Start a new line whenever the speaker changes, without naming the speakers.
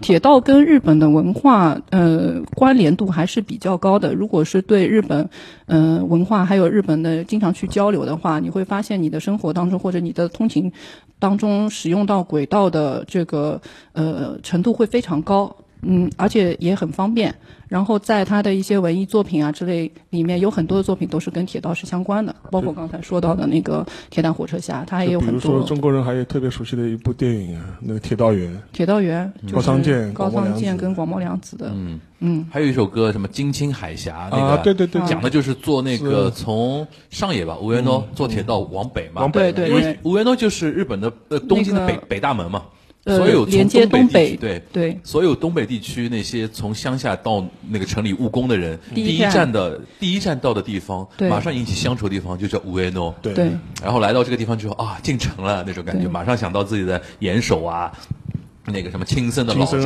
铁道跟日本的文化呃关联度还是比较高的。如果是对日本呃文化还有日本的经常去交流的话，你会发现你的生活当中或者你的通勤当中使用到轨道的这个呃程度会非常高。嗯，而且也很方便。然后在他的一些文艺作品啊之类里面，有很多的作品都是跟铁道是相关的，包括刚才说到的那个《铁胆火车侠》，他也有
比
很
如说
多
中国人还有特别熟悉的一部电影啊，那个《铁道员
铁道员，就是
高仓健
高
广
仓
播
健
良子
跟广播良子的，嗯嗯，
还有一首歌，什么《金青海峡》那个，
啊对对对
讲的就是坐那个
是
从上野吧，无缘诺坐铁道往北嘛，
往
嗯北对对
因为
对
无缘诺就是日本的呃东京的北
那个
北大门嘛，
呃
所有从
连接
东
东
北
北
地区对。
对。
所有东北地区那些从乡下到那个城里务工的人，第
第一
一
站
站的第一站到的地方，
对
马上引起乡愁的地方就叫无缘诺。》。
对
对，
然后来到这个地方之后啊，进城了那种感觉，
对
马上想到自己的岩手啊，那个什么亲生的老
亲生
家